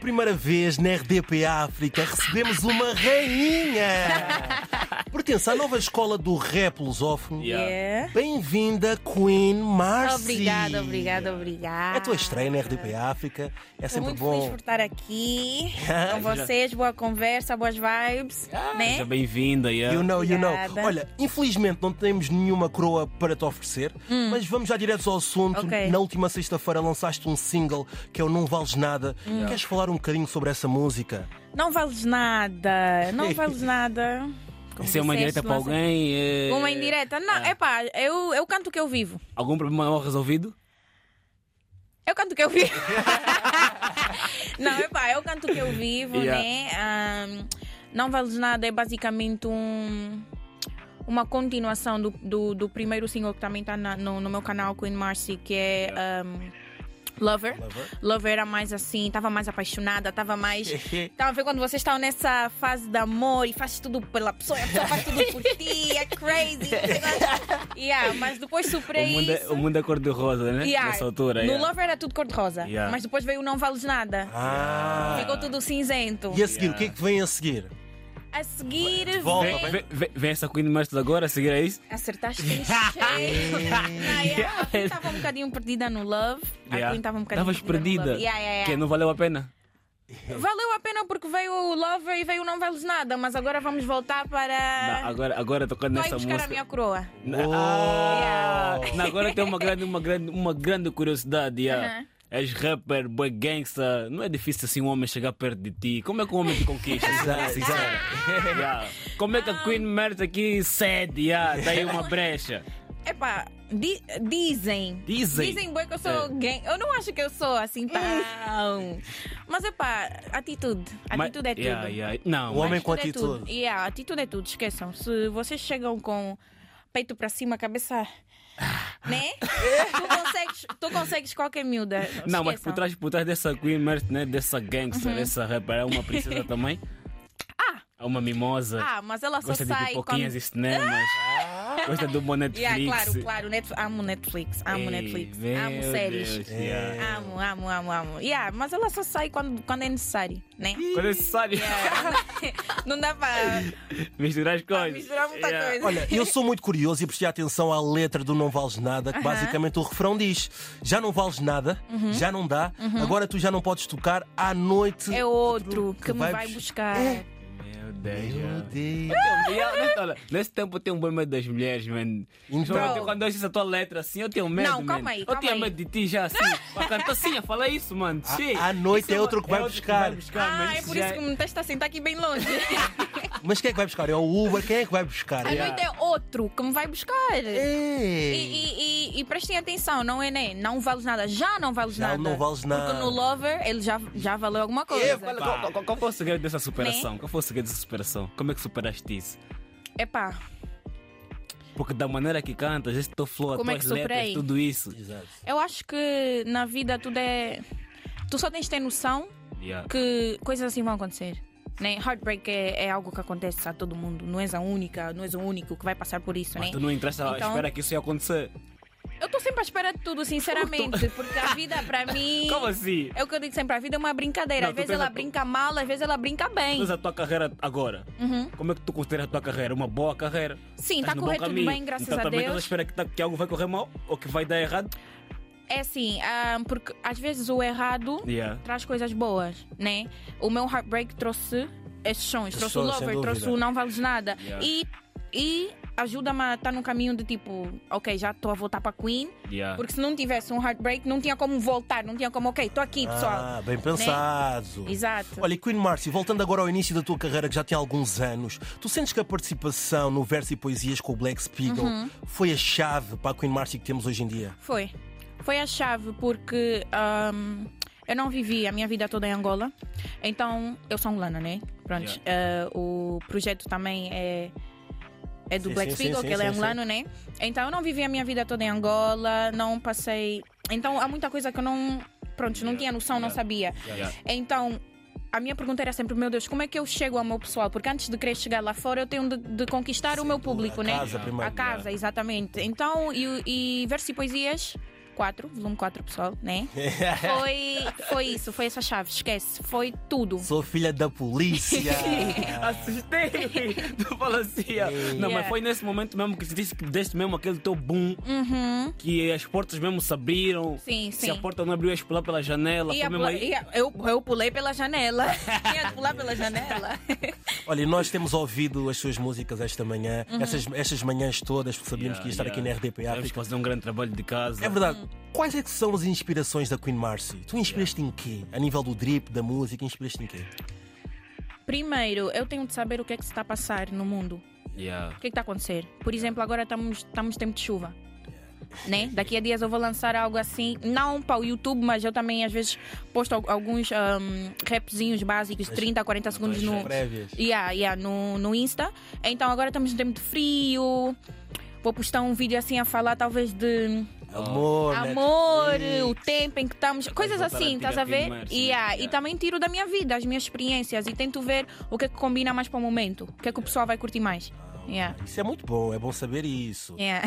primeira vez na RDP África recebemos uma rainha! Pertence à nova escola do rap lusófono. é? Yeah. Bem-vinda, Queen Marcy! Obrigada, obrigada, obrigada. É a tua estreia na RDP África, é Estou sempre muito feliz bom. por estar aqui com vocês. Boa conversa, boas vibes. Ah, Né? Seja bem-vinda, yeah. You know, you know. Obrigada. Olha, infelizmente não temos nenhuma coroa para te oferecer, mas vamos já direto ao assunto. Hum. Ok. Na última sexta-feira lançaste um single que é o Não Vales Nada. Hum. Queres falar um bocadinho sobre essa música? Não vales nada, não vales nada. Como Isso é uma disseste, direta para lança- alguém. é- Uma indireta? Não, é pá, eu, eu canto o que eu vivo. Algum problema mal resolvido? Eu canto o que eu vivo. não, é pá, eu canto o que eu vivo, Yeah. né? Ahm, não vales nada é basicamente um- uma continuação do, do, do primeiro single que também está no, no meu canal Queen Marcy, que é ahm, Lover. Lover. Lover era mais assim, estava mais apaixonada, estava mais. Estava a ver quando vocês estão nessa fase de amor e fazes tudo pela pessoa, a pessoa faz tudo por ti, é crazy. yeah, mas depois O superei mundo, é, isso. o mundo é cor-de-rosa, né? Yeah. Nessa altura. no yeah. Lover era tudo cor-de-rosa, Yeah. mas depois veio o Não Vales Nada. Ah! Ficou tudo cinzento. E a seguir, o que é que vem a seguir? A seguir Volta, vem. vai. Vê- vê- Vem essa Queen Masters agora, a seguir a isso? Acertaste em cheio. Não, yeah, a Queen estava um bocadinho perdida no Love. A Queen estava um bocadinho Estavas perdida. no perdida. Love. Yeah, yeah, yeah. Que não valeu a pena. Valeu a pena porque veio o Lover e veio o Não Vales Nada, mas agora vamos voltar Não, para. agora, agora tocando Tô aí nessa Ah. buscar música. a minha coroa. Não, ah, não, agora tem uma grande, uma grande, uma grande curiosidade. Yeah. Uhum. És rapper, boy gangsta. Não é difícil assim um homem chegar perto de ti. Como é que um homem te conquista? Assim, Exato, exato. Yeah. Como é que a Queen Mert aqui cede? Yeah, dá aí uma brecha. Epá, di dizem. Dizem. Dizem bem que eu sou É. gay. Eu não acho que eu sou assim tão. Mas epá, atitude. Mas- Atitude é tudo. yeah, yeah. Não, O Um homem com é atitude. tudo. Yeah, atitude é tudo, esqueçam. Se vocês chegam com peito para cima, cabeça. né? tu, consegues, tu consegues qualquer miúda. Não, mas esqueçam. Uhum. por trás, por trás dessa Queen Mert, né? dessa gangster, dessa rapper, é uma princesa também. Ah! É uma mimosa. Ah, mas ela só gosta de sai Ah! pipoquinhas e cinemas. Gosta do bom Netflix. Yeah, claro, claro. Netf- amo Netflix, amo Ei, Netflix, meu amo séries. Deus, É. yeah. Amo, amo, amo, amo. Yeah, mas ela só sai quando, quando é necessário, né? Quando é necessário Yeah. Não dá para misturar as coisas. misturar muita Yeah. coisa. Olha, eu sou muito curioso e prestei atenção à letra do Não Vales Nada, que basicamente o refrão diz: Já não vales nada, Uhum. já não dá, agora tu já não podes tocar à noite. é outro que, me vai bus- buscar. É. Meu Deus. Meu yeah. Deus. Yeah, nesse- Olha, nesse tempo eu tenho um bom medo das mulheres, mano. Então- Então, quando eu ouço essa tua letra assim, eu tenho medo. Não, calma man. aí, Eu calma tinha aí. medo de ti já assim. Pra cantocinha, fala isso, mano. À- Sim. à noite é uma- outro que vai outro buscar. man. Ah, é por já isso que me testa a sentar aqui bem longe. Mas quem é que vai buscar? É o Uber? Quem é que vai buscar? É. A Yeah. noite é outro que me vai buscar. É, E, Ei. e, e- e prestem atenção, não é nem, não vales nada, já não vales Já nada. não vales nada. Porque no Lover ele já, já valeu alguma coisa. Epa. Qual, qual- qual foi o segredo dessa Né? superação? Qual foi o segredo dessa superação? Como é que superaste isso? Epá, Porque da maneira que cantas, esse teu flow, Como é as tuas que superei? letras, tudo isso. Exato. eu acho que na vida tudo é. Tu só tens de ter noção Yeah. que coisas assim vão acontecer. Né? Heartbreak é, é algo que acontece a todo mundo. Não és a única, não és o único que vai passar por isso, Mas né? tu não entraste à Então- espera que isso ia acontecer. Eu estou sempre à espera de tudo, sinceramente, porque a vida para mim. Como assim? É o que eu digo sempre, a vida é uma brincadeira. Não, às tu vezes tens ela a- brinca mal, às vezes ela brinca bem. Mas a tua carreira agora, Uhum. como é que tu consideras a tua carreira? Uma boa carreira? Estás Sim, está no correr bom tudo caminho. bem, graças então, a também Deus. estás à espera que, tá- que algo vai correr mal ou que vai dar errado? É assim, ah, porque às vezes o errado Yeah. traz coisas boas, né? O meu heartbreak trouxe esses sons, trouxe o sons, sem lover, dúvida. trouxe o não vales nada. Yeah. E, e ajuda-me a estar num caminho de tipo, ok, já estou a voltar para Queen, Yeah. porque se não tivesse um heartbreak, não tinha como voltar, não tinha como, ok, estou aqui, pessoal. né? Ah, bem pensado. Exato. Olha, e Queen Marcy, voltando agora ao início da tua carreira, que já tem alguns anos, tu sentes que a participação no Verso e Poesias com o Black Spiegel Uhum. foi a chave para a Queen Marcy que temos hoje em dia? Foi. Foi a chave porque ahm, eu não vivi a minha vida toda em Angola. Então, eu sou angolana, né? Pronto. Ah, o projeto também é, é do Sim, Black sim, Spiegel, sim, que ele é sim, sim. angolano, né? Então, eu não vivi a minha vida toda em Angola, não passei. Então, há muita coisa que eu não. Pronto, não Yeah, tinha noção, não yeah. sabia. Yeah. Então, a minha pergunta era sempre: meu Deus, como é que eu chego ao meu pessoal? Porque antes de querer chegar lá fora, eu tenho de, de conquistar o meu público, a né? casa primeiro. a casa, exatamente. Então, e, e versos e poesias 4, volume 4, pessoal, né? Foi, foi isso, foi essa chave, esquece. Foi tudo. Sou filha da polícia. Assustei! tu falou assim, ó. Não, mas Yeah. foi nesse momento mesmo que tu disse que deste mesmo aquele teu boom, Uhum. que as portas mesmo se abriram. Sim, Se sim. a porta não abriu, ias pular pela janela. E foi a mesmo pula- aí. e a- eu, eu pulei pela janela. Tinha de pular pela janela. Olha, e nós temos ouvido as suas músicas esta manhã, Uhum. essas, estas manhãs todas, porque sabíamos que ia estar Yeah, aqui na yeah. RDP Temos que África. fazer um grande trabalho de casa. É verdade. Uhum. Quais é que são as inspirações da Queen Marcy? Tu inspiraste em quê? A nível do drip, da música, inspiraste em quê? Primeiro, eu tenho de saber o que é que se está a passar no mundo. Yeah. O que é que está a acontecer? Por exemplo, agora tá estamos, estamos em tempo de chuva. Né? Daqui a dias eu vou lançar algo assim, não para o YouTube, mas eu também às vezes posto al- alguns ahm, rapzinhos básicos, 30, 40 é. segundos no, Prévias. yeah, yeah, no, no Insta. Então agora estamos em tempo de frio. Vou postar um vídeo assim a falar, talvez, de Amor. né? Tipo, amor, Netflix. o tempo em que estamos, coisas voltar assim, à estás antiga a ver? Queen Marcy, Yeah, yeah. E também tiro da minha vida, as minhas experiências e tento ver o que é que combina mais para o momento, o que é que o pessoal vai curtir mais. Yeah. Isso é muito bom, é bom saber isso. Yeah.